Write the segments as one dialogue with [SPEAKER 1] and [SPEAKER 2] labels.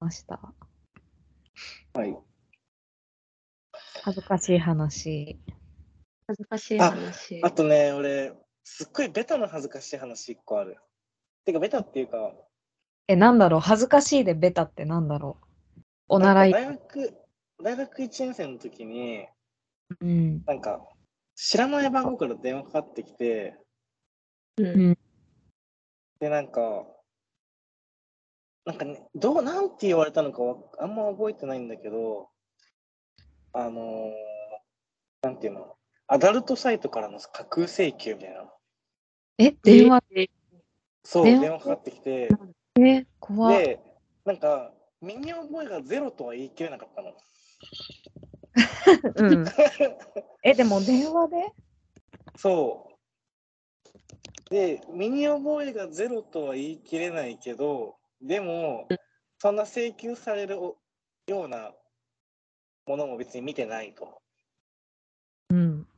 [SPEAKER 1] ました。
[SPEAKER 2] はい。
[SPEAKER 1] 恥ずかしい話。
[SPEAKER 3] 恥ずかしい話。
[SPEAKER 2] あとね、俺、すっごいベタな恥ずかしい話一個ある。てか、ベタっていうか、
[SPEAKER 1] え、なんだろう恥ずかしいでベタってなんだろうおなら
[SPEAKER 2] 大
[SPEAKER 1] い。
[SPEAKER 2] 学、大学1年生の時に、
[SPEAKER 1] うん。
[SPEAKER 2] なんか、知らない番号から電話かかってきて、
[SPEAKER 3] うん。
[SPEAKER 2] で、なんか、なんかね、どう、なんて言われたのかわあんま覚えてないんだけど、あのー、なんていうの、アダルトサイトからの架空請求みたいな。
[SPEAKER 1] え、電話
[SPEAKER 3] え
[SPEAKER 2] そう、
[SPEAKER 1] 電話
[SPEAKER 2] 電話かかってきて、
[SPEAKER 1] ね、怖い。
[SPEAKER 2] で、なんか、身に覚えがゼロとは言い切れなかったの。
[SPEAKER 1] うん。え、でも電話で
[SPEAKER 2] そう。で、身に覚えがゼロとは言い切れないけど、でも、そんな請求されるおようなものも別に見てないと。
[SPEAKER 1] うん。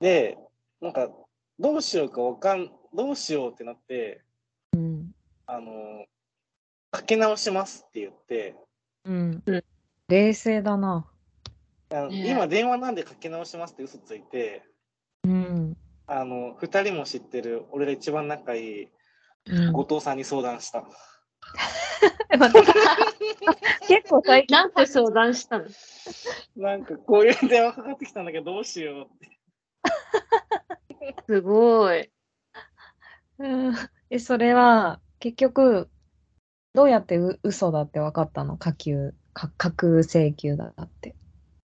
[SPEAKER 2] で、なんか、どうしようかわかん、どうしようってなって、
[SPEAKER 1] うん。
[SPEAKER 2] あの、かけ直しますって言って、
[SPEAKER 1] うん
[SPEAKER 3] うん。
[SPEAKER 1] 冷静だな。
[SPEAKER 2] あの
[SPEAKER 3] ねえ
[SPEAKER 2] 今電話なんでかけ直しますって嘘ついて、
[SPEAKER 1] うん。
[SPEAKER 2] あの、二人も知ってる、俺が一番仲いい
[SPEAKER 1] うん、
[SPEAKER 2] 後藤さんに相談した。
[SPEAKER 1] 結構最近
[SPEAKER 3] なんて相談したの
[SPEAKER 2] なんかこういう電話かかってきたんだけどどうしようって。
[SPEAKER 3] すごい。
[SPEAKER 1] うん え、それは、結局、どうやってう嘘だって分かったの下級、か架空請求だって。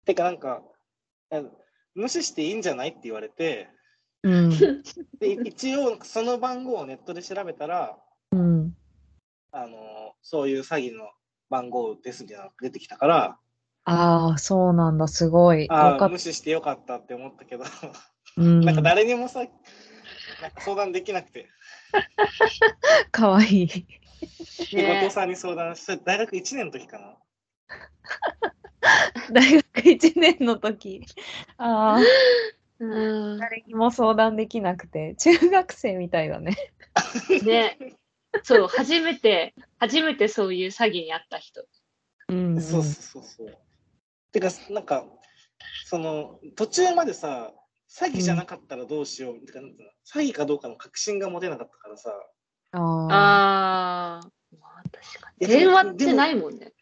[SPEAKER 2] てかなんか、あの無視していいんじゃないって言われて、
[SPEAKER 1] うん。
[SPEAKER 2] でい一応その番号をネットで調べたら、
[SPEAKER 1] うん。
[SPEAKER 2] あのそういう詐欺の番号ですみたいなのが出てきたから、
[SPEAKER 1] ああ、そうなんだ、すごい。
[SPEAKER 2] あ
[SPEAKER 1] 分か
[SPEAKER 2] あ、
[SPEAKER 1] っ
[SPEAKER 2] 無視してよかったって思ったけど、
[SPEAKER 1] うん。
[SPEAKER 2] なんか誰にもさ、なんか相談できなくて、
[SPEAKER 1] かわいい。
[SPEAKER 2] で後
[SPEAKER 3] ね
[SPEAKER 2] 藤さんに相談して、大学1年の時かな。
[SPEAKER 1] 大学1年の時。ああ、
[SPEAKER 3] うん。
[SPEAKER 1] 誰にも相談できなくて、中学生みたいだね。
[SPEAKER 3] ね。そう、初めて、初めてそういう詐欺にあった人。
[SPEAKER 1] うん
[SPEAKER 2] そうそうそうそう。てか、なんか、その、途中までさ、詐欺じゃなかったらどうしよう、みたいな詐欺かどうかの確信が持てなかったからさ。
[SPEAKER 1] ああ。
[SPEAKER 3] ああ。まあ確かに。
[SPEAKER 2] いや
[SPEAKER 3] 電話ってないいもんね。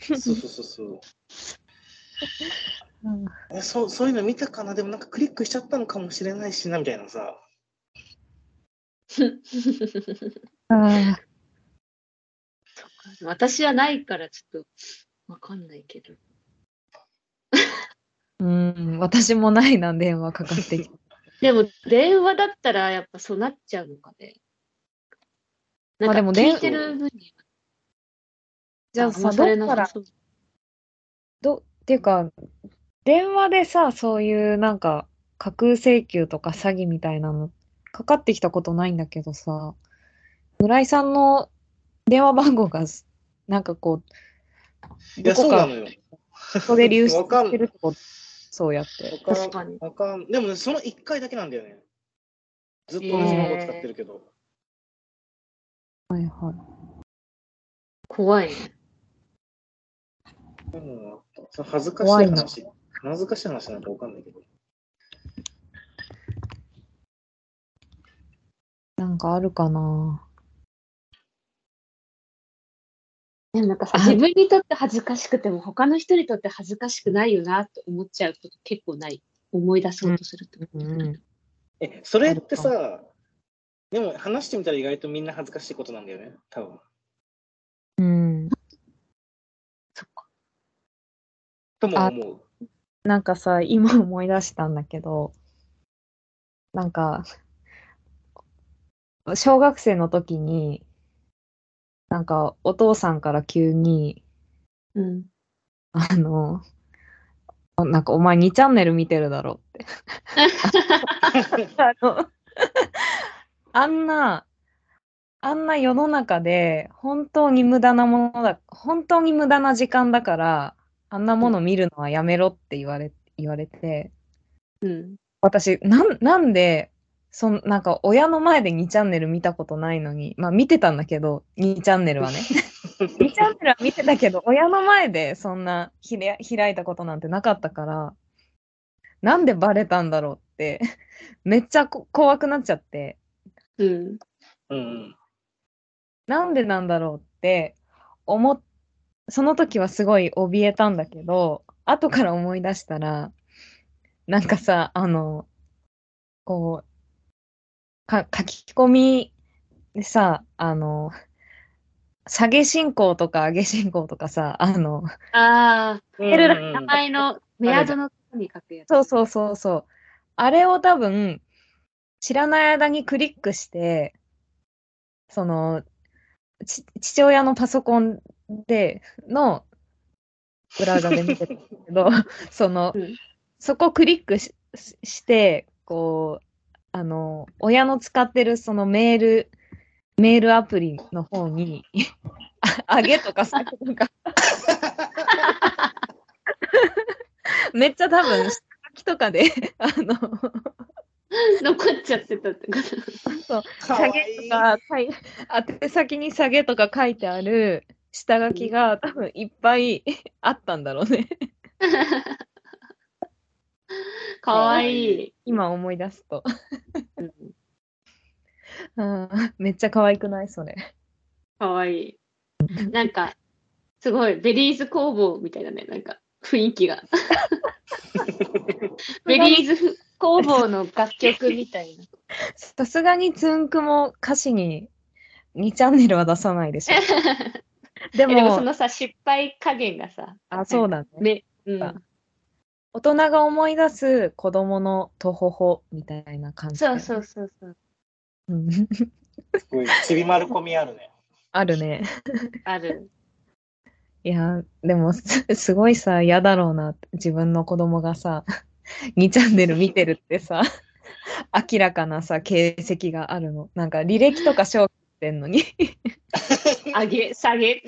[SPEAKER 2] そうそうそうそう
[SPEAKER 1] うん
[SPEAKER 2] えそう。そういうの見たかな、でもなんかクリックしちゃったのかもしれないしな、みたいなさ。
[SPEAKER 1] ああ
[SPEAKER 3] 私はないからちょっとわかんないけど。
[SPEAKER 1] うん、私もないな、電話かかって きて。
[SPEAKER 3] でも電話だったらやっぱそうなっちゃうのかね。
[SPEAKER 1] まあ
[SPEAKER 3] なん
[SPEAKER 1] でも
[SPEAKER 3] か
[SPEAKER 1] 電
[SPEAKER 3] 聞いてる分には
[SPEAKER 1] じゃあ
[SPEAKER 3] 騙
[SPEAKER 1] さ、
[SPEAKER 3] され
[SPEAKER 1] ど
[SPEAKER 3] な
[SPEAKER 1] っ
[SPEAKER 3] さ
[SPEAKER 1] から
[SPEAKER 3] そう
[SPEAKER 1] どっていうか、電話でさ、そういうなんか、架空請求とか詐欺みたいなの、かかってきたことないんだけどさ、村井さんの電話番号がす、なんかこう、
[SPEAKER 2] いや、
[SPEAKER 1] ど
[SPEAKER 2] そう
[SPEAKER 1] こ
[SPEAKER 2] な
[SPEAKER 1] か
[SPEAKER 2] のよ。
[SPEAKER 1] ここで流出
[SPEAKER 2] わかん
[SPEAKER 1] してるってこと、そうやって。
[SPEAKER 2] わか
[SPEAKER 3] 確か
[SPEAKER 2] ん
[SPEAKER 3] に。
[SPEAKER 2] わかん。でもね、その1回だけなんだよね。ずっと同じ番号使ってるけど。
[SPEAKER 1] はいはい。
[SPEAKER 3] 怖いね。
[SPEAKER 2] うんその恥ずかし
[SPEAKER 1] 怖
[SPEAKER 2] い
[SPEAKER 1] いな
[SPEAKER 2] 話。恥ずかしい話なんかわかんないけど。
[SPEAKER 1] なんかあるかな
[SPEAKER 3] でもなんかさ
[SPEAKER 1] あ
[SPEAKER 3] 自分にとって恥ずかしくても他の人にとって恥ずかしくないよなって思っちゃうこと結構ない思い出そうとすると、
[SPEAKER 1] うん
[SPEAKER 2] え、それってさ、でも話してみたら意外とみんな恥ずかしいことなんだよね、多分。
[SPEAKER 1] うん。
[SPEAKER 3] そっか
[SPEAKER 2] とも思う。
[SPEAKER 1] なんかさ、今思い出したんだけど、なんか、小学生の時に、なんかお父さんから急に、
[SPEAKER 3] うん
[SPEAKER 1] あの、なんかお前2チャンネル見てるだろって。あの、あんな、あんな世の中で本当に無駄なものだ、本当に無駄な時間だから、あんなもの見るのはやめろって言われ、言われて、
[SPEAKER 3] うん
[SPEAKER 1] 私、なん、なんで、そんなんか親の前で2チャンネル見たことないのに、まあ見てたんだけど、2チャンネルはね。 2チャンネルは見てたけど、親の前でそんなひれ開いたことなんてなかったから、なんでバレたんだろうって、めっちゃこ怖くなっちゃって、
[SPEAKER 3] うん。
[SPEAKER 2] うん
[SPEAKER 1] なんでなんだろうって思っ、その時はすごい怯えたんだけど、後から思い出したら、なんかさ、あの、こう、か書き込みでさ、あの、下げ進行とか上げ進行とかさ、あの、
[SPEAKER 3] ああ、
[SPEAKER 2] うん。
[SPEAKER 3] テル
[SPEAKER 2] うん
[SPEAKER 3] の 名前のメアドのとこに書くやつ。
[SPEAKER 1] そうそうそうそう。あれを多分、知らない間にクリックして、その、ち父親のパソコンでの裏側で見てたんだけど、その、
[SPEAKER 3] うん
[SPEAKER 1] そこクリックししして、こう、あの、親の使ってるそのメール、メールアプリの方に、あ上げとかさ、なんか、めっちゃ多分、下書きとかで、 あの、
[SPEAKER 3] 残っちゃってたってこと。
[SPEAKER 2] かわ
[SPEAKER 1] 下
[SPEAKER 2] い
[SPEAKER 1] げ
[SPEAKER 2] い
[SPEAKER 1] とか、はい、宛先に下げとか書いてある下書きが多分いっぱい あったんだろうね。
[SPEAKER 3] かわいい。
[SPEAKER 1] 今思い出すと。 うんめっちゃ可愛くないそれ。
[SPEAKER 3] かわいい。なんか、すごい、ベリーズ工房みたいだね、なんか、雰囲 気が。ベリーズふ工房の楽曲みたいな。
[SPEAKER 1] さすがにつんくも歌詞に2チャンネルは出さない でしょ。で
[SPEAKER 3] えでもそ
[SPEAKER 1] も、
[SPEAKER 3] のさ、失敗加減がさ、
[SPEAKER 1] あ、そうだね。
[SPEAKER 3] め、うん。
[SPEAKER 1] 大人が思い出す子供のとほほみたいな感じだ
[SPEAKER 3] そ
[SPEAKER 1] よ
[SPEAKER 3] う
[SPEAKER 1] ね。
[SPEAKER 3] そうそうそう。
[SPEAKER 1] うん。
[SPEAKER 2] すごいちびまる込みあるね。
[SPEAKER 1] あるね。
[SPEAKER 3] ある。
[SPEAKER 1] いや、でもす、 すごいさ、嫌だろうな。自分の子供がさ、2チャンネル見てるってさ、 明らかなさ、形跡があるの。なんか、履歴とか消去してんのに、
[SPEAKER 3] 上げ、下げ。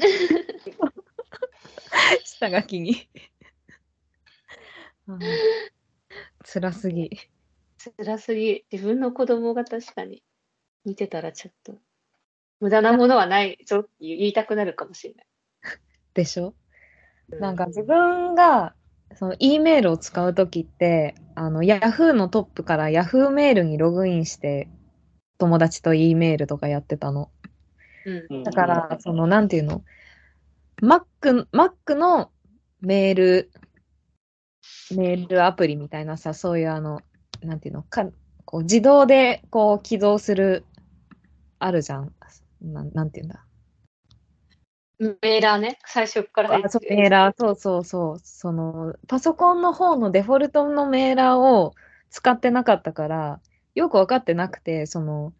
[SPEAKER 1] 下書きに。 あー辛すぎ。
[SPEAKER 3] 辛すぎ。自分の子供が確かに見てたらちょっと、無駄なものはないぞって言いたくなるかもしれない。
[SPEAKER 1] でしょなんか自分が、その E メールを使うときって、あの、Yahoo のトップから Yahoo メールにログインして、友達と E メールとかやってたの。
[SPEAKER 3] うん。
[SPEAKER 2] うん
[SPEAKER 1] だから、その、なんていうの ?Mac、Mac のメール、メールアプリみたいなさ、そういうあの、なんていうのか、こう自動でこう起動する、あるじゃん。なんなんていうんだ。
[SPEAKER 3] メーラーね、最初から入って
[SPEAKER 1] あそうメーラー、そうそうそう。その、パソコンの方のデフォルトのメーラーを使ってなかったから、よくわかってなくて、その、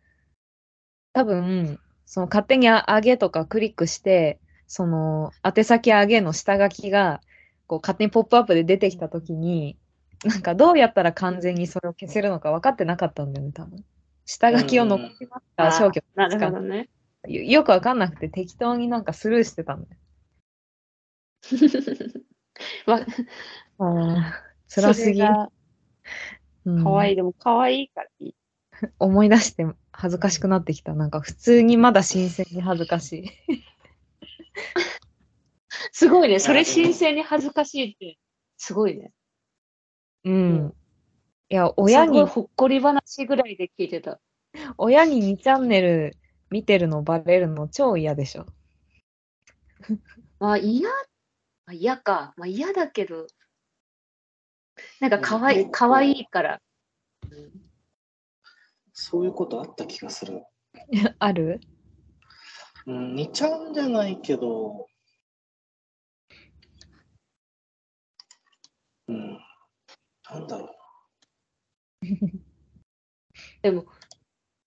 [SPEAKER 1] 多分、その勝手に上げとかクリックして、その、宛先上げの下書きが、こう、勝手にポップアップで出てきたときに、なんかどうやったら完全にそれを消せるのか分かってなかったんだよね、多分。下書きを残しますか、
[SPEAKER 3] うん
[SPEAKER 1] 消去
[SPEAKER 3] な
[SPEAKER 1] します
[SPEAKER 3] る
[SPEAKER 1] か
[SPEAKER 3] ほどね。
[SPEAKER 1] よよくわかんなくて適当になんかスルーしてたんだよ。
[SPEAKER 3] わ
[SPEAKER 1] あー辛すぎ。
[SPEAKER 3] か
[SPEAKER 1] うん
[SPEAKER 3] わいい、でもかわいいからいい。
[SPEAKER 1] 思い出して恥ずかしくなってきた。なんか普通にまだ新鮮に恥ずかしい。
[SPEAKER 3] すごいね、それ新鮮に恥ずかしいって、すごいね。
[SPEAKER 1] うんん。いや、親
[SPEAKER 3] すごい
[SPEAKER 1] に、
[SPEAKER 3] ほっこり話ぐらいで聞いてた。
[SPEAKER 1] 親に2チャンネル見てるのバレるの超嫌でしょ。
[SPEAKER 3] まあ嫌、まあ、嫌か。まあ嫌だけど、なんかかわいい、かわいいから。
[SPEAKER 2] そういうことあった気がする。
[SPEAKER 1] ある
[SPEAKER 2] うん、2ちゃんじゃないけど、うん、なんだろう。
[SPEAKER 3] でも、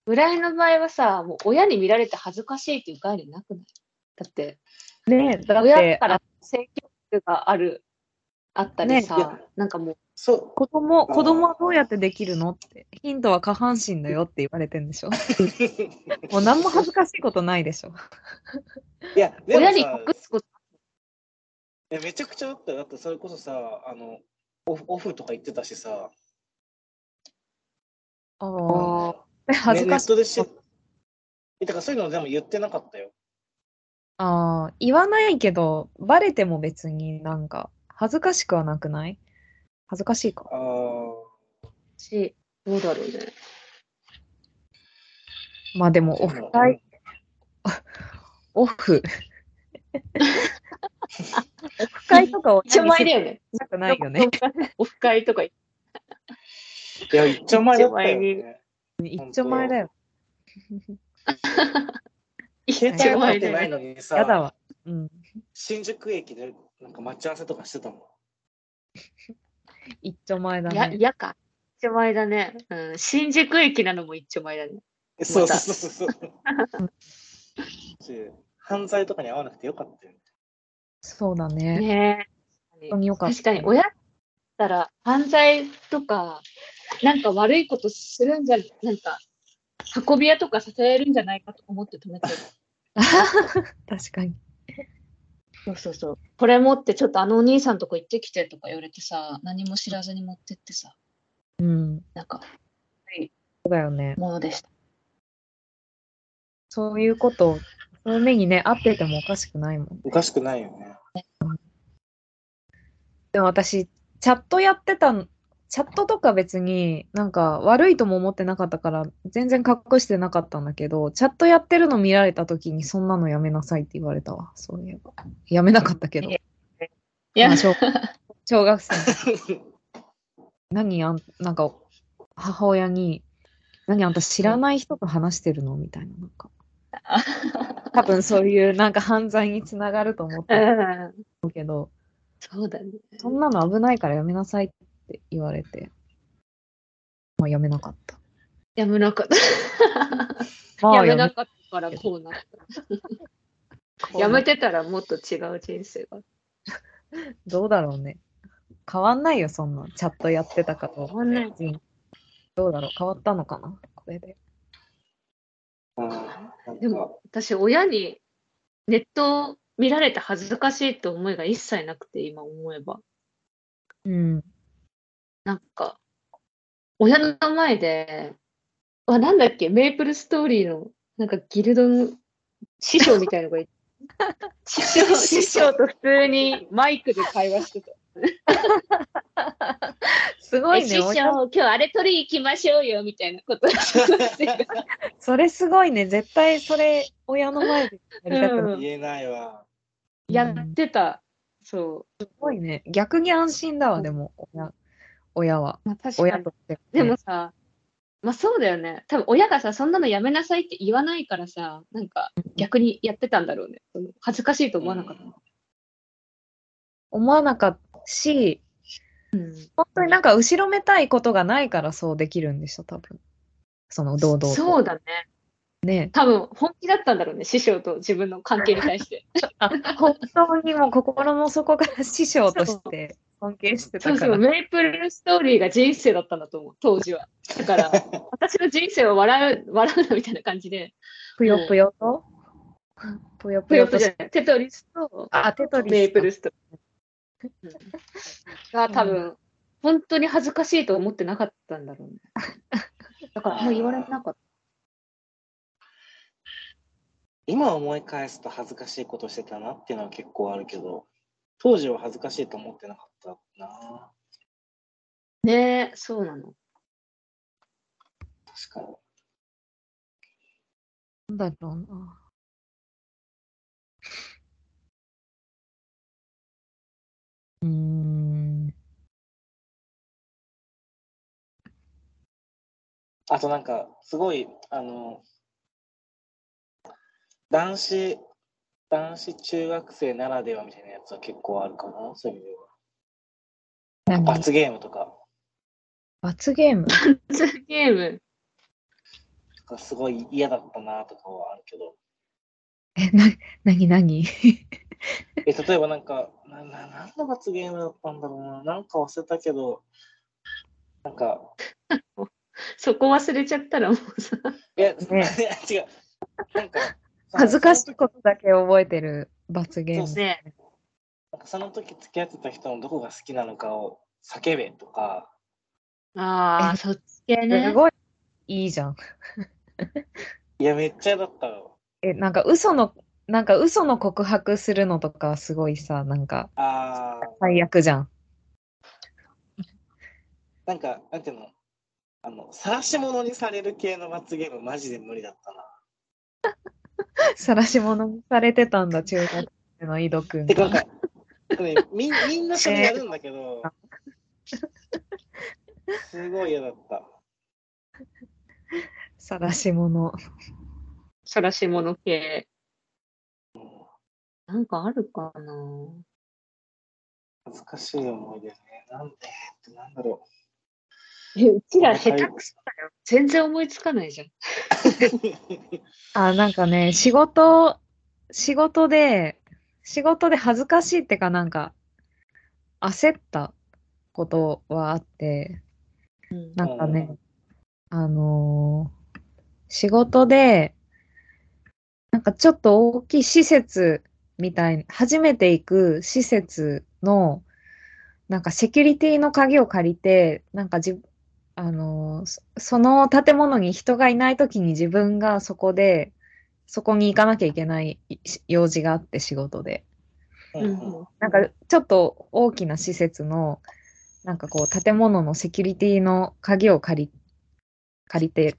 [SPEAKER 3] 村井の場合はさ、もう親に見られて恥ずかしいっていう概念なくないだって、
[SPEAKER 1] ねえ、だって
[SPEAKER 3] 親から性教育がある、あったりさ、
[SPEAKER 2] ねいや
[SPEAKER 3] なんかもう、
[SPEAKER 2] そ
[SPEAKER 1] 子供、子供はどうやってできるのって。ヒントは下半身だよって言われてん でしょ。もう何も恥ずかしいことないでしょ。
[SPEAKER 2] う。いや、でも
[SPEAKER 3] 親に
[SPEAKER 2] さ、
[SPEAKER 3] 隠すこと、
[SPEAKER 2] えめちゃくちゃあったよ。だってそれこそさ、あの、オフオフとか行ってたしさ、
[SPEAKER 1] ああ。
[SPEAKER 2] ね
[SPEAKER 1] 恥ず
[SPEAKER 2] ネ
[SPEAKER 1] か
[SPEAKER 2] ッ
[SPEAKER 1] しい。
[SPEAKER 2] トでしえだからそういうの全部言ってなかったよ。
[SPEAKER 1] ああ、言わないけど、バレても別になんか、恥ずかしくはなくない恥ずかしいか。
[SPEAKER 2] あー
[SPEAKER 3] し、どうだろうね。
[SPEAKER 1] まあでも、オフ会、オフ。オフ会とかを
[SPEAKER 3] 一丁前だよね。
[SPEAKER 1] したくないよね。。
[SPEAKER 3] オフ会とか行っ
[SPEAKER 2] いや、一丁前だったよ
[SPEAKER 3] 一
[SPEAKER 2] ね。
[SPEAKER 1] 一丁前だよ。
[SPEAKER 3] 一
[SPEAKER 2] 携
[SPEAKER 3] 丁
[SPEAKER 2] 帯持っ
[SPEAKER 3] 前
[SPEAKER 2] て
[SPEAKER 3] だ
[SPEAKER 2] ない
[SPEAKER 3] よ
[SPEAKER 2] の
[SPEAKER 3] ね。
[SPEAKER 2] に
[SPEAKER 1] やだ
[SPEAKER 2] さ、
[SPEAKER 1] わ。うん。
[SPEAKER 2] 新宿駅でなんか待ち合わせとかしてたもん。
[SPEAKER 1] 一丁前だ
[SPEAKER 3] や、
[SPEAKER 1] ね。
[SPEAKER 3] 嫌か。一丁前だね。うん。新宿駅なのも一丁前だね。
[SPEAKER 2] えそうそうそうそう。犯罪とかに合わなくてよかったよね。
[SPEAKER 1] そうだね。
[SPEAKER 3] ねえ
[SPEAKER 1] 本当によかった。
[SPEAKER 3] 確かに、親だったら犯罪とか、なんか悪いことするんじゃ、なんか、運び屋とか支えるんじゃないかと思って止めてる。
[SPEAKER 1] 確かに。
[SPEAKER 3] そうそうそう。これ持って、ちょっとあのお兄さんとこ行ってきてとか言われてさ、何も知らずに持ってってさ、
[SPEAKER 1] うん。
[SPEAKER 3] なんか、
[SPEAKER 1] そうだよね。
[SPEAKER 3] ものでした。
[SPEAKER 1] そういうこと、そういう目にね、合っててもおかしくないもん。
[SPEAKER 2] おかしくないよね。
[SPEAKER 1] でも私、チャットやってたん、チャットとか別になんか悪いとも思ってなかったから、全然隠してなかったんだけど、チャットやってるの見られた時にそんなのやめなさいって言われたわ。そういえば。やめなかったけど。
[SPEAKER 3] えいや
[SPEAKER 1] まあ、小小学生の時。何あん、なんか母親に、何あんた知らない人と話してるのみたいな。なんか多分そういうなんか犯罪につながると思って
[SPEAKER 3] うん
[SPEAKER 1] るけど、
[SPEAKER 3] そうだね。
[SPEAKER 1] そんなの危ないからやめなさいって言われて、まあ、やめなかった。
[SPEAKER 3] やめなかった。
[SPEAKER 1] ま
[SPEAKER 3] や
[SPEAKER 1] あ、
[SPEAKER 3] めな
[SPEAKER 1] や
[SPEAKER 3] かったからこうなった。
[SPEAKER 1] め
[SPEAKER 3] やめてたらもっと違う人生が。
[SPEAKER 1] どうだろうね。変わんないよ、そんな。チャットやってたかと。
[SPEAKER 3] わんない
[SPEAKER 1] うんどうだろう、変わったのかな、これで。
[SPEAKER 2] うん
[SPEAKER 3] でも、私、親にネットを見られて恥ずかしいって思いが一切なくて、今思えば。
[SPEAKER 1] うん。
[SPEAKER 3] なんか、親の前で、あ、なんだっけ、メイプルストーリーの、なんかギルドの師匠みたいなの がいて、師匠、師匠と普通にマイクで会話してた。
[SPEAKER 1] すごい
[SPEAKER 3] え
[SPEAKER 1] ね、
[SPEAKER 3] 師匠、
[SPEAKER 1] 親
[SPEAKER 3] 今日あれ取り行きましょうよ、みたいなことをしてた。
[SPEAKER 1] それすごいね、絶対それ、親の前でやりたくない。
[SPEAKER 3] うん
[SPEAKER 2] 言えないわ。
[SPEAKER 3] やってた。そ
[SPEAKER 1] すごいね、逆に安心だわ、でも、親親は。
[SPEAKER 3] う。まあ、確
[SPEAKER 1] 親として、ね。
[SPEAKER 3] でもさ、まあそうだよね。多分親がさ、そんなのやめなさいって言わないからさ、なんか逆にやってたんだろうね。その恥ずかしいと思わなかった。
[SPEAKER 1] 思わなかったし、本当になんか後ろめたいことがないからそうできるんでしょ、多分。その堂々と。
[SPEAKER 3] そうだね。
[SPEAKER 1] ね。
[SPEAKER 3] 多分本気だったんだろうね。師匠と自分の関係に対 して。
[SPEAKER 1] あ、本当にもう心の底から師匠として尊敬して
[SPEAKER 3] そ
[SPEAKER 1] た
[SPEAKER 3] う
[SPEAKER 1] か
[SPEAKER 3] そう、
[SPEAKER 1] ら。
[SPEAKER 3] メイプルストーリーが人生だったんだと思う、当時は。だから、私の人生を笑う、笑うなみたいな感じで、
[SPEAKER 1] ぷよぷよとぷよ
[SPEAKER 3] ぷ
[SPEAKER 1] ぷ
[SPEAKER 3] よ
[SPEAKER 1] よ
[SPEAKER 3] ぷよ
[SPEAKER 1] と
[SPEAKER 3] じゃない、テトリスと
[SPEAKER 1] あ、テトリス
[SPEAKER 3] メイプルストーリー。が多
[SPEAKER 1] う
[SPEAKER 3] 分、本当に恥ずかしいと思ってなかったんだろうね。だから、もう言われなかった。
[SPEAKER 2] 今思い返すと恥ずかしいことしてたなっていうのは結構あるけど、当時は恥ずかしいと思ってなかったな。
[SPEAKER 3] ねえ、そうなの。
[SPEAKER 2] 確かに。
[SPEAKER 1] なんだろうな。うーん。
[SPEAKER 2] あとなんか、すごい、あの、男子、男子中学生ならではみたいなやつは結構あるかな、そういう意味では。
[SPEAKER 1] 何
[SPEAKER 2] 罰ゲームとか、
[SPEAKER 1] 罰ゲ ーム
[SPEAKER 3] ゲーム。
[SPEAKER 2] すごい嫌だったなとかはあるけど、
[SPEAKER 1] え、な、なになに
[SPEAKER 2] え例えばなんかなな、何の罰ゲームだったんだろうな、なんか忘れたけど、なんか、
[SPEAKER 3] そこ忘れちゃったらもうさ、
[SPEAKER 2] いや、
[SPEAKER 1] ね
[SPEAKER 2] 違う、なんか、その
[SPEAKER 1] 恥ずかしいことだけ覚えてる罰ゲー
[SPEAKER 2] そう
[SPEAKER 1] ム。
[SPEAKER 3] ねえ
[SPEAKER 2] なんかその時付き合ってた人のどこが好きなのかを叫べとか、
[SPEAKER 3] ああ、そっち系ね。
[SPEAKER 1] すごいいいじゃん。
[SPEAKER 2] いや、めっちゃ嫌だったよ。
[SPEAKER 1] え、なんか嘘のなんか嘘の告白するのとかすごいさ、なんか
[SPEAKER 2] ああ、
[SPEAKER 1] 最悪じゃん。
[SPEAKER 2] なんか、なんていうの、あの、晒し物にされる系の罰ゲーム、マジで無理だったな。
[SPEAKER 1] 晒し物にされてたんだ、中学生の井戸 くん
[SPEAKER 2] て
[SPEAKER 1] が。
[SPEAKER 2] か、なんか、ね、みんみんなそれやるんだけど、すごい嫌だった。
[SPEAKER 1] 晒し物。
[SPEAKER 3] そらし物系。なんかあるかな
[SPEAKER 2] 恥ずかしい思い出ね。なんでってなんだろ
[SPEAKER 3] え、うちら
[SPEAKER 2] ら
[SPEAKER 3] 下
[SPEAKER 2] 下
[SPEAKER 3] 手
[SPEAKER 2] 手
[SPEAKER 3] く
[SPEAKER 2] く
[SPEAKER 3] そだよ。全然思いつかないじゃん。
[SPEAKER 2] う。
[SPEAKER 1] あ、なんかね、仕事、仕事で、仕事で恥ずかしいってかなんか、焦ったことはあって、
[SPEAKER 3] うん
[SPEAKER 1] なんかね、あのー仕事で、なんかちょっと大きい施設みたいな、初めて行く施設の、なんかセキュリティの鍵を借りて、なんかじ、あのーそその建物に人がいないときに自分がそこで、そこに行かなきゃいけないし用事があって仕事で。
[SPEAKER 2] うんうん
[SPEAKER 1] なんかちょっと大きな施設の、なんかこう建物のセキュリティの鍵を借り、借りて、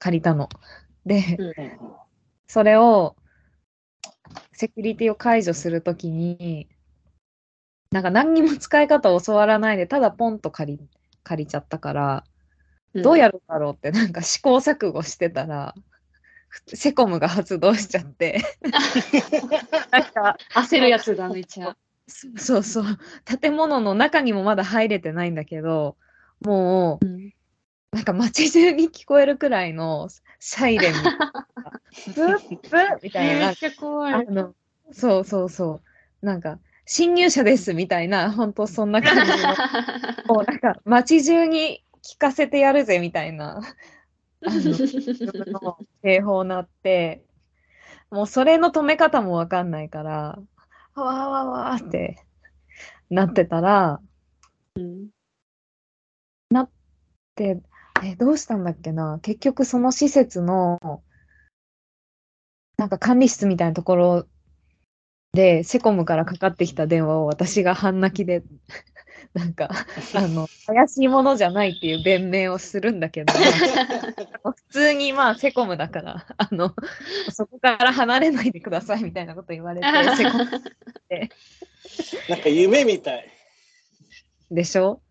[SPEAKER 1] 借りたの。で、
[SPEAKER 2] うんうん
[SPEAKER 1] それを、セキュリティを解除するときに、なんか何にも使い方を教わらないで、ただポンと借り、借りちゃったから、どうやるんだろうってなんか試行錯誤してたら、ふセコムが発動しちゃって、なんか、
[SPEAKER 3] 焦るやつだ、めちゃ。
[SPEAKER 1] そうそうそう。建物の中にもまだ入れてないんだけど、もう、なんか街中に聞こえるくらいのサイレンみたいな、ブッブッみたい
[SPEAKER 3] め
[SPEAKER 1] な
[SPEAKER 3] っ、ちゃ怖
[SPEAKER 1] あ
[SPEAKER 3] い。
[SPEAKER 1] の、そうそうそう。なんか、侵入者ですみたいな、本当そんな感じの、もうなんか街中に聞かせてやるぜみたいな、あの、の警報鳴って、もうそれの止め方もわかんないから、わーわーわーってなってたら、で、え、どうしたんだっけな結局その施設の、なんか管理室みたいなところで、セコムからかかってきた電話を私が半泣きで、 なんか、あの、怪しいものじゃないっていう弁明をするんだけど、普通にまあセコムだから、あの、そこから離れないでくださいみたいなこと言われて、セコム
[SPEAKER 2] なんか夢みたい。
[SPEAKER 1] でしょ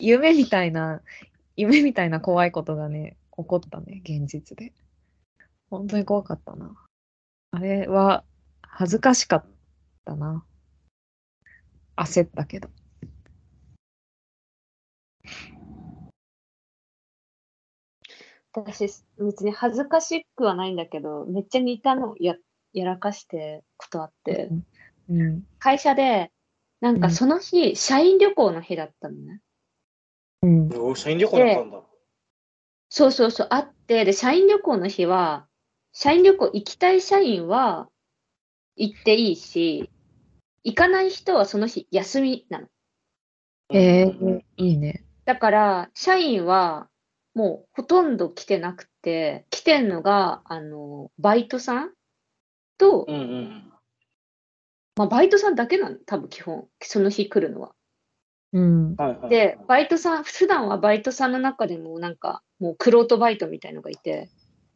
[SPEAKER 1] 夢みたいな、夢みたいな怖いことがね、起こったね、現実で。本当に怖かったな。あれは恥ずかしかったな。焦ったけど。
[SPEAKER 3] 私、別に恥ずかしくはないんだけど、めっちゃ似たのややらかしてことあって、
[SPEAKER 1] うん。
[SPEAKER 3] 会社で、なんかその日、社員旅行の日だったのね。
[SPEAKER 1] うん。
[SPEAKER 2] お社員旅行だったんだ。
[SPEAKER 3] そうそうそう、あって、で、社員旅行の日は、社員旅行行きたい社員は行っていいし、行かない人はその日休みなの。
[SPEAKER 1] え
[SPEAKER 2] うんうん
[SPEAKER 1] ー、いいね。
[SPEAKER 3] だから、社員はもうほとんど来てなくて、来てんのが、あの、バイトさんと、
[SPEAKER 2] うんうん。
[SPEAKER 3] まあ、バイトさんだけなの、多分基本、その日来るのは。
[SPEAKER 1] うん。
[SPEAKER 2] はいはい。
[SPEAKER 3] で、バイトさん、普段はバイトさんの中でもなんか、もうクロートバイトみたいのがいて、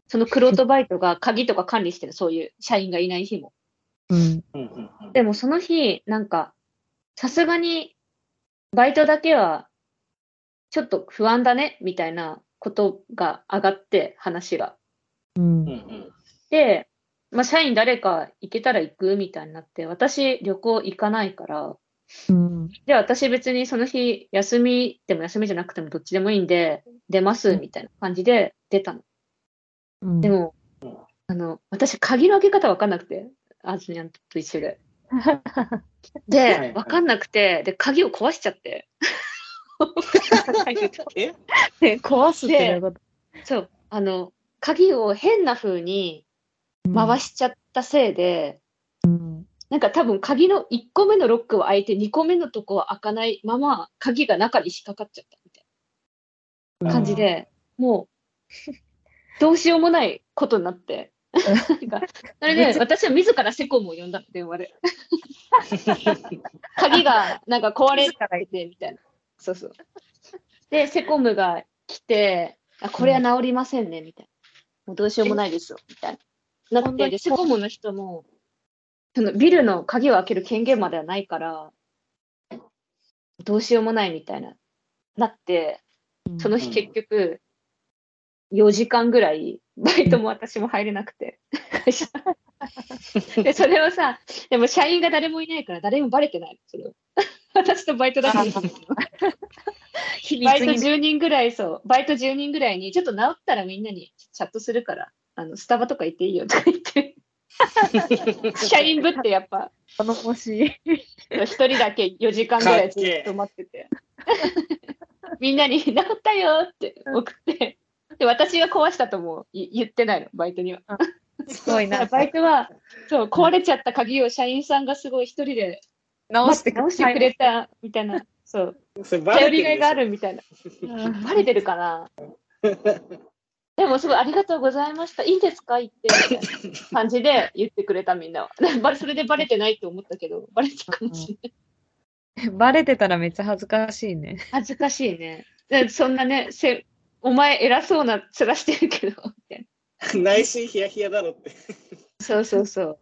[SPEAKER 3] そのクロートバイトが鍵とか管理してる、そういう社員がいない日も。
[SPEAKER 1] うん。
[SPEAKER 2] うんうんうん、
[SPEAKER 3] でもその日、なんか、さすがに、バイトだけは、ちょっと不安だね、みたいなことが上がって、話が。
[SPEAKER 1] う
[SPEAKER 2] うん
[SPEAKER 1] ん。
[SPEAKER 2] うん。
[SPEAKER 3] で、まあ、社員誰か行けたら行くみたいになって、私、旅行行かないから、
[SPEAKER 1] うん。
[SPEAKER 3] じゃあ私別にその日、休みでも休みじゃなくてもどっちでもいいんで、出ます、みたいな感じで出たの。
[SPEAKER 1] うん。
[SPEAKER 3] でも
[SPEAKER 2] うん、
[SPEAKER 3] あの、私、鍵の開け方わかんなくて、アズニャンと一緒で。で、
[SPEAKER 2] はい
[SPEAKER 3] わかんなくて、で、鍵を壊しちゃって。
[SPEAKER 2] え
[SPEAKER 1] で、壊すっていうこと。
[SPEAKER 3] そう、あの、鍵を変な風に回しちゃったせいで、
[SPEAKER 1] うん。
[SPEAKER 3] なんか多分鍵の1個目のロックを開いて2個目のとこは開かないまま鍵が中に引っかかっちゃったみたい な感じで、もう、どうしようもないことになって、てか それで、私は自らセコムを呼んだの、電話で。鍵がなんか壊れてて、みたいな。そうそう。で、セコムが来て、あこれは治りませんね、みたいな。もうどうしようもないですよ、みたいな。なっ
[SPEAKER 1] 本当
[SPEAKER 3] て、
[SPEAKER 1] に
[SPEAKER 3] で、セコムの人も、そのビルの鍵を開ける権限まではないから、どうしようもないみたいな。なって、その日結局、4時間ぐらい、バイトも私も入れなく て、会社。で、それをさ、でも社員が誰もいないから、誰もバレてないの、それを。私とバイトだけなんだけど
[SPEAKER 1] 秘密
[SPEAKER 3] バイト
[SPEAKER 1] にね
[SPEAKER 3] 10人ぐらい、そう、バイト10人ぐらいに、ちょっと治ったらみんなにチャットするから、あのスタバとか行っていいよとか 言って、社員ぶってやっぱ、
[SPEAKER 1] 頼もしい。
[SPEAKER 3] 一人だけ4時間ぐらいずっと待って て、みんなに治ったよって送って、で私が壊したともい言ってないの、バイトには。
[SPEAKER 1] すごいな。
[SPEAKER 3] バイトは、そう、壊れちゃった鍵を社員さんがすごい一人で
[SPEAKER 1] 直して
[SPEAKER 3] 直してくれたみたいな、そう、
[SPEAKER 2] それバ
[SPEAKER 3] 頼
[SPEAKER 2] レて
[SPEAKER 3] り
[SPEAKER 2] るで
[SPEAKER 3] がい
[SPEAKER 2] し
[SPEAKER 3] があ
[SPEAKER 2] ょ
[SPEAKER 3] るみたいな。
[SPEAKER 1] うん
[SPEAKER 3] バレてるか なでもすごいありがとうございました。いいですか言ってみたいな感じで言ってくれたみんなは。 バレそれでバレてないと思ったけど、バレたかもしれない。
[SPEAKER 1] バレてたらめっちゃ恥ずかしいね。
[SPEAKER 3] 恥ずかしいね。でそんなねせ、お前偉そうな面してるけど、みたいな。
[SPEAKER 2] 内心ヒヤヒヤだろって。
[SPEAKER 3] そうそうそう。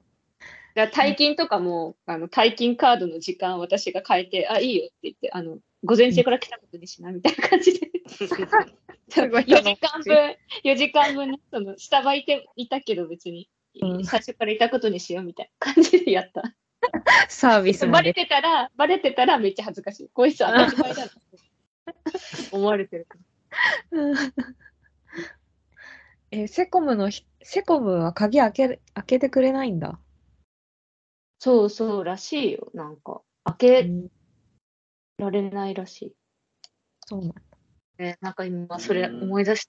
[SPEAKER 3] だから退勤とかも、あの退勤カードの時間を私が変えて、あ、いいよって言って、あの、午前中から来たことにしな、みたいな感じ で。
[SPEAKER 1] すごい
[SPEAKER 3] 4時間分、4時間分ね、その、スタバいていたけど別に、
[SPEAKER 1] うん
[SPEAKER 3] 最初からいたことにしようみたいな感じでやった。
[SPEAKER 1] サービスま
[SPEAKER 3] バレ
[SPEAKER 1] で。
[SPEAKER 3] てたら、バレてたらめっちゃ恥ずかしい。こいつ当たり前だな。思われてる。
[SPEAKER 1] え、セコムのひ、セコムは鍵開ける、開けてくれないんだ。
[SPEAKER 3] そうそうらしいよ、なんか。開
[SPEAKER 1] う
[SPEAKER 3] け
[SPEAKER 1] ん
[SPEAKER 3] られないらし
[SPEAKER 1] そうなん
[SPEAKER 3] い。ね、なんか今、それ
[SPEAKER 2] うん
[SPEAKER 3] 思い出し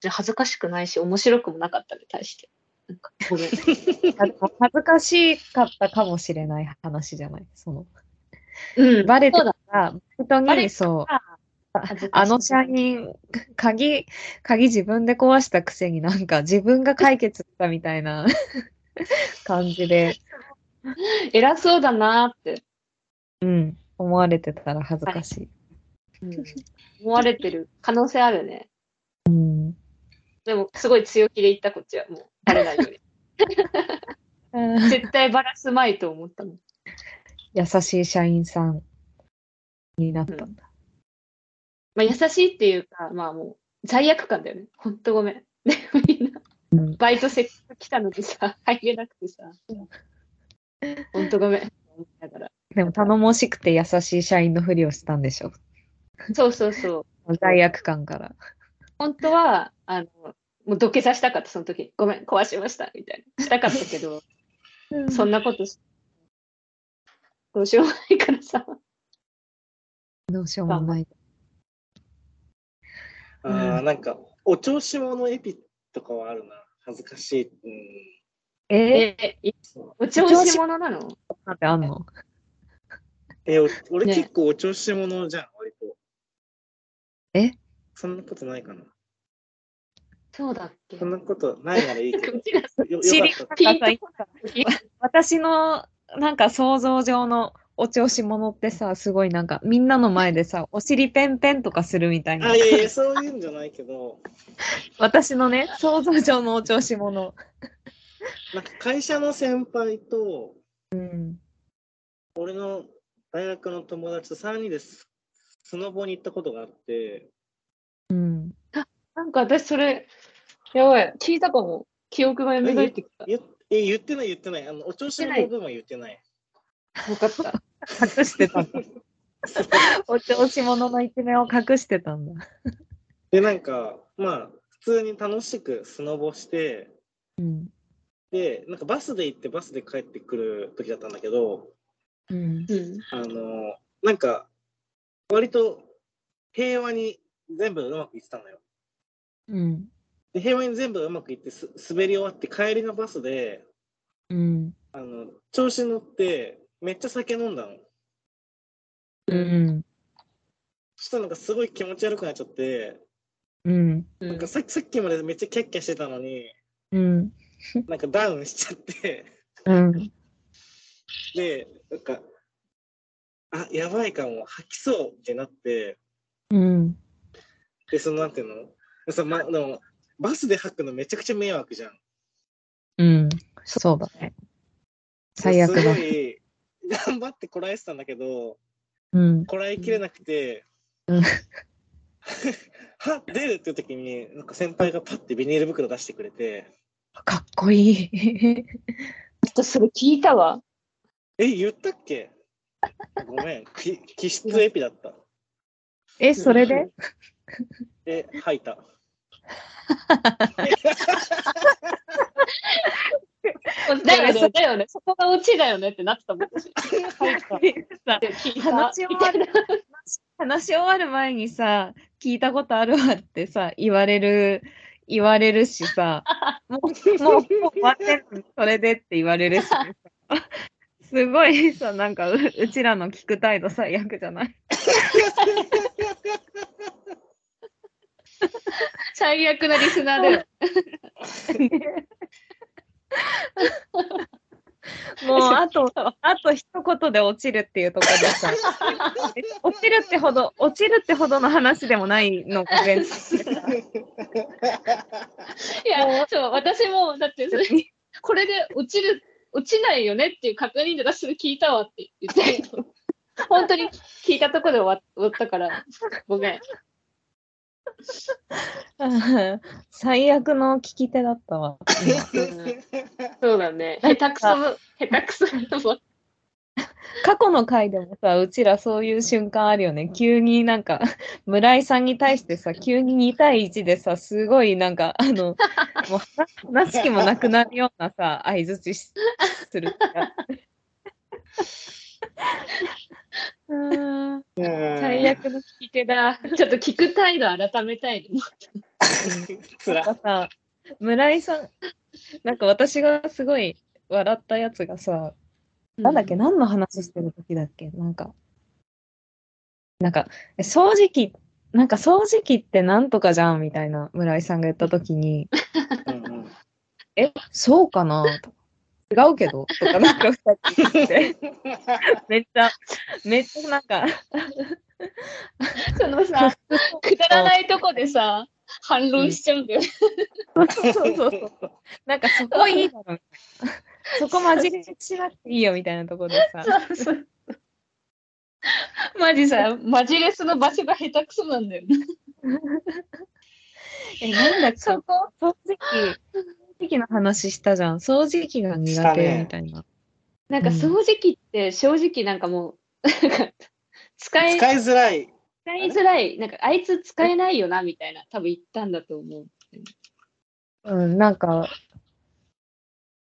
[SPEAKER 3] て、恥ずかしくないし、面白くもなかったね、対して。なんかごめん
[SPEAKER 1] あでも恥ずかしかったかもしれない話じゃない。その、
[SPEAKER 3] うん、
[SPEAKER 1] バレて
[SPEAKER 3] そうだ
[SPEAKER 1] たら、本当
[SPEAKER 3] バレ
[SPEAKER 1] に、そう、
[SPEAKER 3] 恥ずかしい
[SPEAKER 1] あの社員、鍵、鍵自分で壊したくせになんか自分が解決したみたいな 感じで、
[SPEAKER 3] 偉そうだなーって、
[SPEAKER 1] うん、思われてたら恥ずかしい。
[SPEAKER 3] うん思われてる可能性あるね。
[SPEAKER 1] うん。
[SPEAKER 3] でも、すごい強気で言った、こっちは。もう、バレないように。絶対バラすまいと思ったもん。
[SPEAKER 1] 優しい社員さんになったんだ。
[SPEAKER 3] まあ、優しいっていうか、まあもう、罪悪感だよね。ほんとごめん。でみんな、
[SPEAKER 1] うん
[SPEAKER 3] バイトせっかく来たのにさ、入れなくてさ、ほんとごめん。だから。
[SPEAKER 1] でも頼もしくて優しい社員のふりをしたんでしょ。
[SPEAKER 3] そうそうそう。
[SPEAKER 1] 罪悪感から。
[SPEAKER 3] 本当は、あの、もう土下座したかった、その時。ごめん、壊しました、みたいな。したかったけど、そんなことしどうしようもないからさ。
[SPEAKER 1] どうしようもない。
[SPEAKER 2] あーなんか、お調子者エピとかはあるな。恥ずかしい。うん
[SPEAKER 1] えー、
[SPEAKER 3] え、いお調子者なの
[SPEAKER 1] なんてあんの
[SPEAKER 2] え、お俺
[SPEAKER 3] ね
[SPEAKER 2] 結構お調子者じゃん、割と。
[SPEAKER 1] え
[SPEAKER 2] そんなことないかな。
[SPEAKER 3] そうだっけ
[SPEAKER 2] そんなことないならいいけ ど。よ
[SPEAKER 1] 知
[SPEAKER 2] よ
[SPEAKER 1] り
[SPEAKER 2] かった。
[SPEAKER 3] ピンと
[SPEAKER 1] 私のなんか想像上のお調子者ってさ、すごいなんかみんなの前でさ、お尻ペンペンとかするみたいな
[SPEAKER 2] あ、い。やいや、そういうんじゃないけど、
[SPEAKER 1] 私のね、想像上のお調子者。
[SPEAKER 2] なんか会社の先輩と、
[SPEAKER 1] うん。
[SPEAKER 2] 俺の大学の友達と3人ですスノボに行ったことがあって、
[SPEAKER 1] うん。
[SPEAKER 3] なんか私それ、やばい、聞いたかも。記憶が蘇ってきた。
[SPEAKER 2] 言え言ってない言ってない。あのお調子者の部分は言ってない。
[SPEAKER 3] よかった。
[SPEAKER 1] 隠してたんだ。お調子者の一面を隠してたんだ。
[SPEAKER 2] で、なんか、まあ、普通に楽しくスノボして、
[SPEAKER 1] うん。
[SPEAKER 2] で、なんかバスで行ってバスで帰ってくる時だったんだけど、
[SPEAKER 1] うん。
[SPEAKER 3] うん。
[SPEAKER 2] あの、なんか、割と平和に全部うまくいってたのよ。
[SPEAKER 1] うん。
[SPEAKER 2] で、平和に全部うまくいってす滑り終わって帰りのバスで、
[SPEAKER 1] うん。
[SPEAKER 2] あの、調子乗って、めっちゃ酒飲んだの。
[SPEAKER 1] うん。
[SPEAKER 2] そしたらなんかすごい気持ち悪くなっちゃって、
[SPEAKER 1] うん。
[SPEAKER 3] う
[SPEAKER 2] なん
[SPEAKER 3] ん
[SPEAKER 2] かささっきまでめっちゃキャッキャしてたのに、
[SPEAKER 1] うん。
[SPEAKER 2] なんかダウンしちゃって、
[SPEAKER 1] うん。
[SPEAKER 2] で、なんか、あ、やばいかも、吐きそうってなって、
[SPEAKER 1] うん。
[SPEAKER 2] で、その、なんていうのその、ま、でも、バスで吐くのめちゃくちゃ迷惑じゃん。
[SPEAKER 1] うん。そうだね。最悪
[SPEAKER 2] す
[SPEAKER 1] だ
[SPEAKER 2] ご。い、 頑張ってこらえてたんだけど、
[SPEAKER 1] うん。
[SPEAKER 2] こらえきれなくて、
[SPEAKER 1] うん
[SPEAKER 2] はっ出るっていう時に、なんか先輩がパッてビニール袋出してくれて、
[SPEAKER 1] かっこいい。
[SPEAKER 3] っとそれ聞いたわ。
[SPEAKER 2] え、言ったっけごめん、き気質エピだった。
[SPEAKER 1] え、それで
[SPEAKER 2] え、吐いた。
[SPEAKER 3] だよね、そうだよね、そこがオチだよねってなってたもん。
[SPEAKER 2] 吐いた。
[SPEAKER 1] さ
[SPEAKER 3] 聞 いた。
[SPEAKER 1] 話終わる話し終わる前にさ聞いたことあるわってさ言われる言われるしさもうもうもう終わってんのにそれでって言われるしさすごいさなんかううちらの聞く態度最悪じゃない
[SPEAKER 3] 最悪なリスナーだよ。
[SPEAKER 1] もうあとあと一言で落ちるっていうところでさ落ちるってほど落ちるってほどの話でもないのが現実
[SPEAKER 3] いや、そう、私も、だってそれ、これで落ちる、落ちないよねっていう確認で私それ聞いたわって言ってたけど、 本当に聞いたとこで終わ終わったから、ごめん。
[SPEAKER 1] 最悪の聞き手だったわ
[SPEAKER 3] そうだね。下手くそ、下手くそだ もん。
[SPEAKER 1] 過去の回でもさうちらそういう瞬間あるよね急になんか 村井さんに対してさ急に2対1でさすごいなんかあ のもう話話す気もなくなるようなさ相づちしする時あるうーん
[SPEAKER 3] 最悪の聞き手だ。 ちょっと聞く態度改めたい。
[SPEAKER 2] つ
[SPEAKER 1] なんか
[SPEAKER 2] ら
[SPEAKER 1] さ村井さんなんか私がすごい笑ったやつがさなんだっけ、何の話してる時だっけなんか、なんか、え掃除機、なんか掃除機ってなんとかじゃんみたいな村井さんが言った時に、
[SPEAKER 2] うんうん
[SPEAKER 1] え、そうかなと違うけどとか、なんか二人言って、 めっちゃ、めっちゃなんか、
[SPEAKER 3] その さ、くだらないとこでさ、反論しちゃうんだよね。
[SPEAKER 1] そうそうそうそう、なんかそこいいだろみたいな、そこ混じりしなくていいよみたいなところでさ、
[SPEAKER 3] そうそうマジさ、マジレスの場所が下手くそなんだよね。
[SPEAKER 1] え、なんだっけ
[SPEAKER 3] そ
[SPEAKER 1] 掃
[SPEAKER 3] こ
[SPEAKER 1] 除機、掃除機の話したじゃん、掃除機が苦手みたいな。
[SPEAKER 3] なんか
[SPEAKER 1] うん
[SPEAKER 3] 掃除機って正直なんかもう、なんか使い、使
[SPEAKER 2] 使いづらい。
[SPEAKER 3] いづらい、なんかあいつ使えないよなみたいな、多分言ったんだと思う。
[SPEAKER 1] うん、なんか、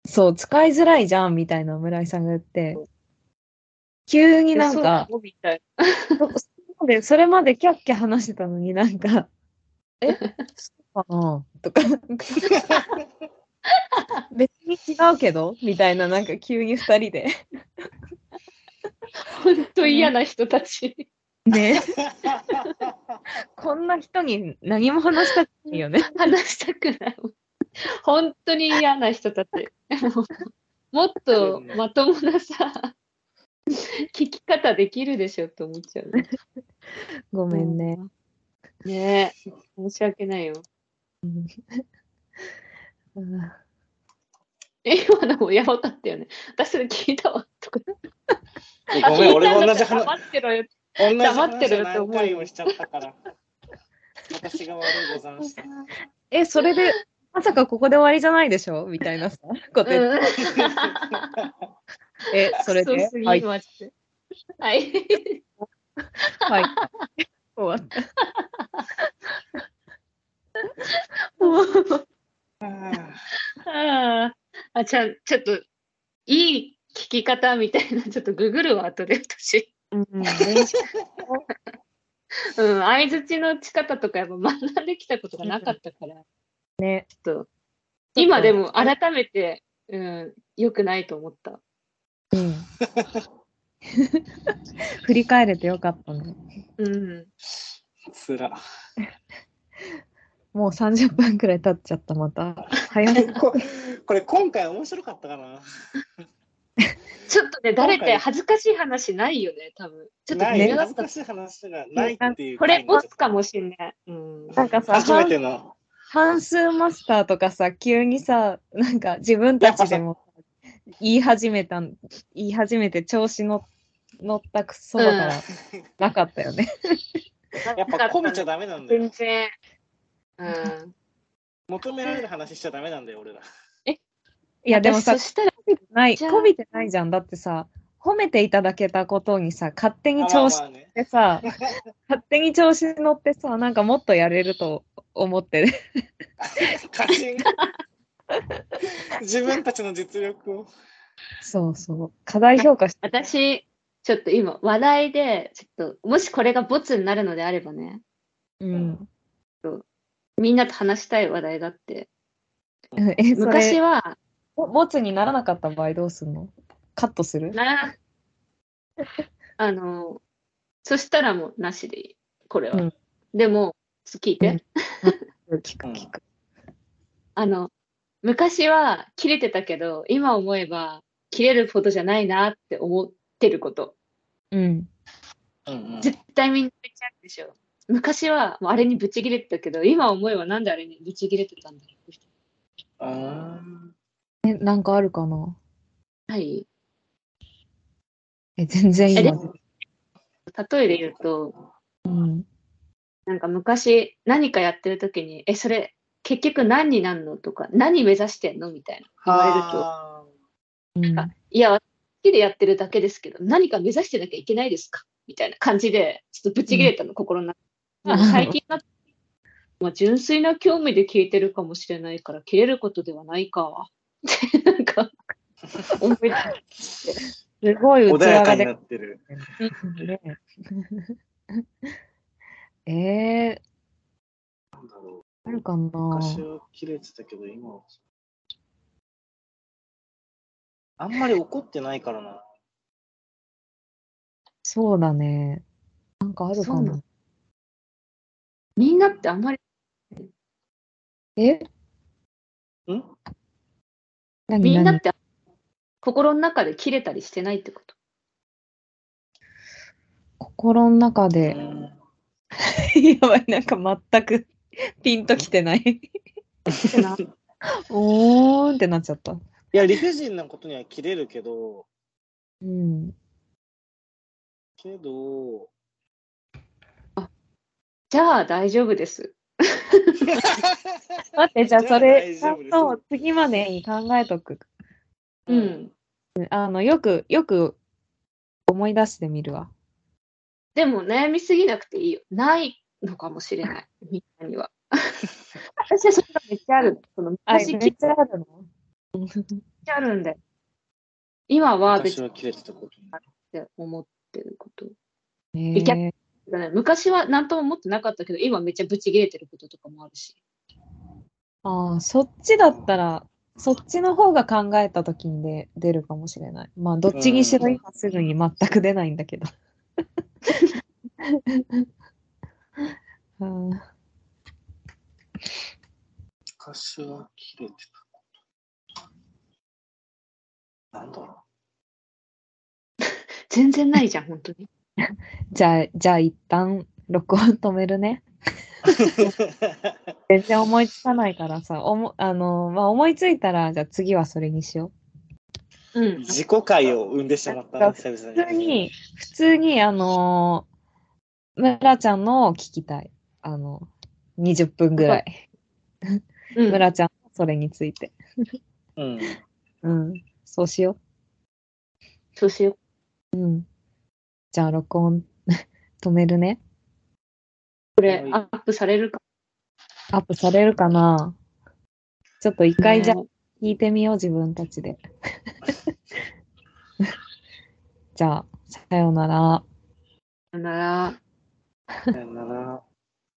[SPEAKER 1] そう、使いづらいじゃんみたいな村井さんが言って、急になんか、
[SPEAKER 3] そうみたい
[SPEAKER 1] そそでそれまでキャッキャ話してたのになんか、え、そうかなとか、 なんか別に違うけどみたいな、なんか急に二人で。
[SPEAKER 3] ほんと嫌な人たち。
[SPEAKER 1] ね こんな人に何も話したくないよね。
[SPEAKER 3] 話したくない。本当に嫌な人たち。 もっとまともなさ、聞き方できるでしょって思っちゃうね。
[SPEAKER 1] ごめんね。
[SPEAKER 3] ねえ、申し訳ないよ。
[SPEAKER 1] うん
[SPEAKER 3] え、今のもやばかったよね。私それ聞いたわとか。
[SPEAKER 2] ごめん、俺
[SPEAKER 3] 聞いた
[SPEAKER 2] も
[SPEAKER 3] んだ
[SPEAKER 2] 同
[SPEAKER 3] っ
[SPEAKER 2] じ
[SPEAKER 3] たら黙
[SPEAKER 2] 話、
[SPEAKER 3] ってろよ。
[SPEAKER 2] 同じ
[SPEAKER 3] 黙って
[SPEAKER 2] 話を
[SPEAKER 3] るって思
[SPEAKER 2] 何
[SPEAKER 3] う
[SPEAKER 2] 回もしちゃったから。私が悪いござん した。
[SPEAKER 1] え、それで、まさかここで終わりじゃないでしょみたいなさ、こと言って
[SPEAKER 3] うん
[SPEAKER 1] え、それ
[SPEAKER 3] クソ
[SPEAKER 1] です
[SPEAKER 3] ぎ、
[SPEAKER 1] はい、
[SPEAKER 3] マジで。はい。
[SPEAKER 1] はい。終わった。
[SPEAKER 3] もう
[SPEAKER 2] うん
[SPEAKER 3] あーあ、じゃあちょっと、いい聞き方みたいな、ちょっとググるわ、後で私。
[SPEAKER 1] うん、
[SPEAKER 3] うん、相づちの打ち方とかやっぱ学んできたことがなかったから、
[SPEAKER 1] ね、
[SPEAKER 3] ちょっと、今でも改めて、うん、良くないと思った。
[SPEAKER 1] うん。 振り返れてよかったね。
[SPEAKER 3] うん。
[SPEAKER 2] つら。
[SPEAKER 1] もう30分くらい経っちゃった、また。早い。
[SPEAKER 2] ここれ今回面白かったかな
[SPEAKER 3] ちょっとね、
[SPEAKER 2] 今
[SPEAKER 3] 誰
[SPEAKER 2] 回
[SPEAKER 3] って恥ずかしい話ないよね、多分。ちょっと
[SPEAKER 2] な
[SPEAKER 3] ね
[SPEAKER 2] い恥ずかしい話がないっていう
[SPEAKER 3] これボス
[SPEAKER 2] 回
[SPEAKER 3] かもしんない。うん。
[SPEAKER 1] なんかさ、
[SPEAKER 2] 初め
[SPEAKER 1] 半
[SPEAKER 2] ての
[SPEAKER 1] 半数マスターとかさ、急にさ、なんか自分たちでも言い始めたん、言い始めて調子の乗ったクソだから、なかったよね。
[SPEAKER 2] やっぱ込めちゃダメなんだ
[SPEAKER 3] 全
[SPEAKER 2] よ
[SPEAKER 3] 然。うん。
[SPEAKER 2] 求められる話しちゃダメなんだよ俺ら
[SPEAKER 1] いや、でもさ
[SPEAKER 3] そ、したら、
[SPEAKER 1] ない、
[SPEAKER 3] じゃあ
[SPEAKER 1] こびてないじゃん。だってさ、褒めていただけたことにさ、勝手に
[SPEAKER 2] あま
[SPEAKER 1] 調
[SPEAKER 2] あ
[SPEAKER 1] 子
[SPEAKER 2] まあね
[SPEAKER 1] でさ、勝手に調子に乗ってさ、なんかもっとやれると思ってる。
[SPEAKER 2] 過信自分たちの実力を
[SPEAKER 1] そうそう。過大評価して。
[SPEAKER 3] 私、ちょっと今、話題で、ちょっと、もしこれがボツになるのであればね、
[SPEAKER 1] うん。
[SPEAKER 3] みんなと話したい話題があって、
[SPEAKER 1] え、そ
[SPEAKER 3] 昔
[SPEAKER 1] れ、
[SPEAKER 3] は、
[SPEAKER 1] もボツにならなかった場合どうすんのカットする
[SPEAKER 3] な、 あの、そしたらもうなしでいい、これは。
[SPEAKER 1] うん
[SPEAKER 3] でも、聞いて、
[SPEAKER 1] うん聞く聞く。
[SPEAKER 3] あの、昔は切れてたけど、今思えば、切れるほどじゃないなって思ってること。
[SPEAKER 1] うん。
[SPEAKER 2] うんうん
[SPEAKER 3] 絶対みんな言っちゃうでしょ。昔はもうあれにブチ切れてたけど、今思えばなんであれにブチ切れてたんだろう。
[SPEAKER 2] あ
[SPEAKER 1] え、なんかあるかな
[SPEAKER 3] はい。
[SPEAKER 1] え、全然
[SPEAKER 3] え
[SPEAKER 1] 今
[SPEAKER 3] で
[SPEAKER 1] 出て
[SPEAKER 3] も例えで言うと、
[SPEAKER 1] うん。
[SPEAKER 3] なんか昔何かやってる時に、え、それ結局何になんのとか、何目指してんのみたいな言われ
[SPEAKER 1] う
[SPEAKER 2] あ
[SPEAKER 3] ると、
[SPEAKER 1] ん
[SPEAKER 3] なんかいや、好きでやってるだけですけど、何か目指してなきゃいけないですかみたいな感じで、ちょっとブチ切れたの、心の中で。
[SPEAKER 1] うん
[SPEAKER 3] もう最近だとまあ、純粋な興味で聞いてるかもしれないから、切れることではないか。って なんか、思い出
[SPEAKER 1] すごい
[SPEAKER 2] ー
[SPEAKER 1] 器
[SPEAKER 2] 穏や
[SPEAKER 1] が
[SPEAKER 2] かに
[SPEAKER 1] で
[SPEAKER 2] なってる
[SPEAKER 1] ね えー、あるかな
[SPEAKER 2] 昔は切れてたけど今はあんまり怒ってないからな
[SPEAKER 1] そうだね。なんかあるか
[SPEAKER 3] そうな
[SPEAKER 1] な
[SPEAKER 3] のみんなってあんまり、
[SPEAKER 1] え
[SPEAKER 2] ん
[SPEAKER 1] 何
[SPEAKER 3] みんな
[SPEAKER 1] 何
[SPEAKER 3] って心の中で切れたりしてないってこと。
[SPEAKER 1] 心の中
[SPEAKER 2] う
[SPEAKER 1] で。
[SPEAKER 2] ん
[SPEAKER 1] やばい、なんか全く ピンときて ない。
[SPEAKER 3] ってな
[SPEAKER 1] おーんってなっちゃった。
[SPEAKER 2] いや理不尽なことには切れるけど
[SPEAKER 1] うん。
[SPEAKER 2] けど
[SPEAKER 3] じゃあ大丈夫です。
[SPEAKER 1] 待って、じゃあそれ、ち
[SPEAKER 2] じゃ
[SPEAKER 1] ゃ
[SPEAKER 2] あ大
[SPEAKER 1] ん
[SPEAKER 2] 丈夫
[SPEAKER 1] と次までに考えとく。
[SPEAKER 3] う。ん。
[SPEAKER 1] あの、よく、よく思い出してみるわ。
[SPEAKER 3] でも悩みすぎなくていいよ。ないのかもしれ ない。みんなには。私はそれがめっちゃある。その
[SPEAKER 1] あ、
[SPEAKER 3] 昔
[SPEAKER 1] め
[SPEAKER 3] めっ
[SPEAKER 1] っちゃあるの
[SPEAKER 3] ちゃあるんで。今は別
[SPEAKER 2] 私
[SPEAKER 3] にっ
[SPEAKER 2] は切れてたこと
[SPEAKER 3] て思ってること。
[SPEAKER 1] ね
[SPEAKER 3] 逆だね昔は何とも思ってなかったけど、今めっちゃブチ切れてることとかもあるし。
[SPEAKER 1] ああ、そっちだったら、そっちの方が考えた時にで出るかもしれない。まあ、どっちにしろ
[SPEAKER 2] うん
[SPEAKER 1] 今すぐに全く出ないんだけど。 うん
[SPEAKER 2] 昔は切れてたことなんだろ
[SPEAKER 3] 全然ないじゃん、本当に。
[SPEAKER 1] じゃあ、じゃあ一旦録音止めるね。 全然思いつかないからさ、おもあのまあ、思いついたら、じゃあ次はそれにしよ
[SPEAKER 3] う
[SPEAKER 2] う
[SPEAKER 3] ん。
[SPEAKER 2] 自己回を生んでしまったな久
[SPEAKER 1] う。普通
[SPEAKER 2] 々に
[SPEAKER 1] に、普通に、あのー、村ちゃんのを聞きたい。あの、20分ぐらい。
[SPEAKER 3] うん、
[SPEAKER 1] 村ちゃんのそれについて。
[SPEAKER 2] うん
[SPEAKER 1] うん。そうしよ
[SPEAKER 3] そうしよ
[SPEAKER 1] う。うん。じゃあ録音 止めるね。
[SPEAKER 3] う。これ
[SPEAKER 2] はい、
[SPEAKER 3] アップされるか。
[SPEAKER 1] アップされるかなちょっと一回じゃあ
[SPEAKER 3] ね
[SPEAKER 1] 聞いてみよう、自分たちで。 じゃあ、さようなら。
[SPEAKER 3] さよなら。
[SPEAKER 2] さよなら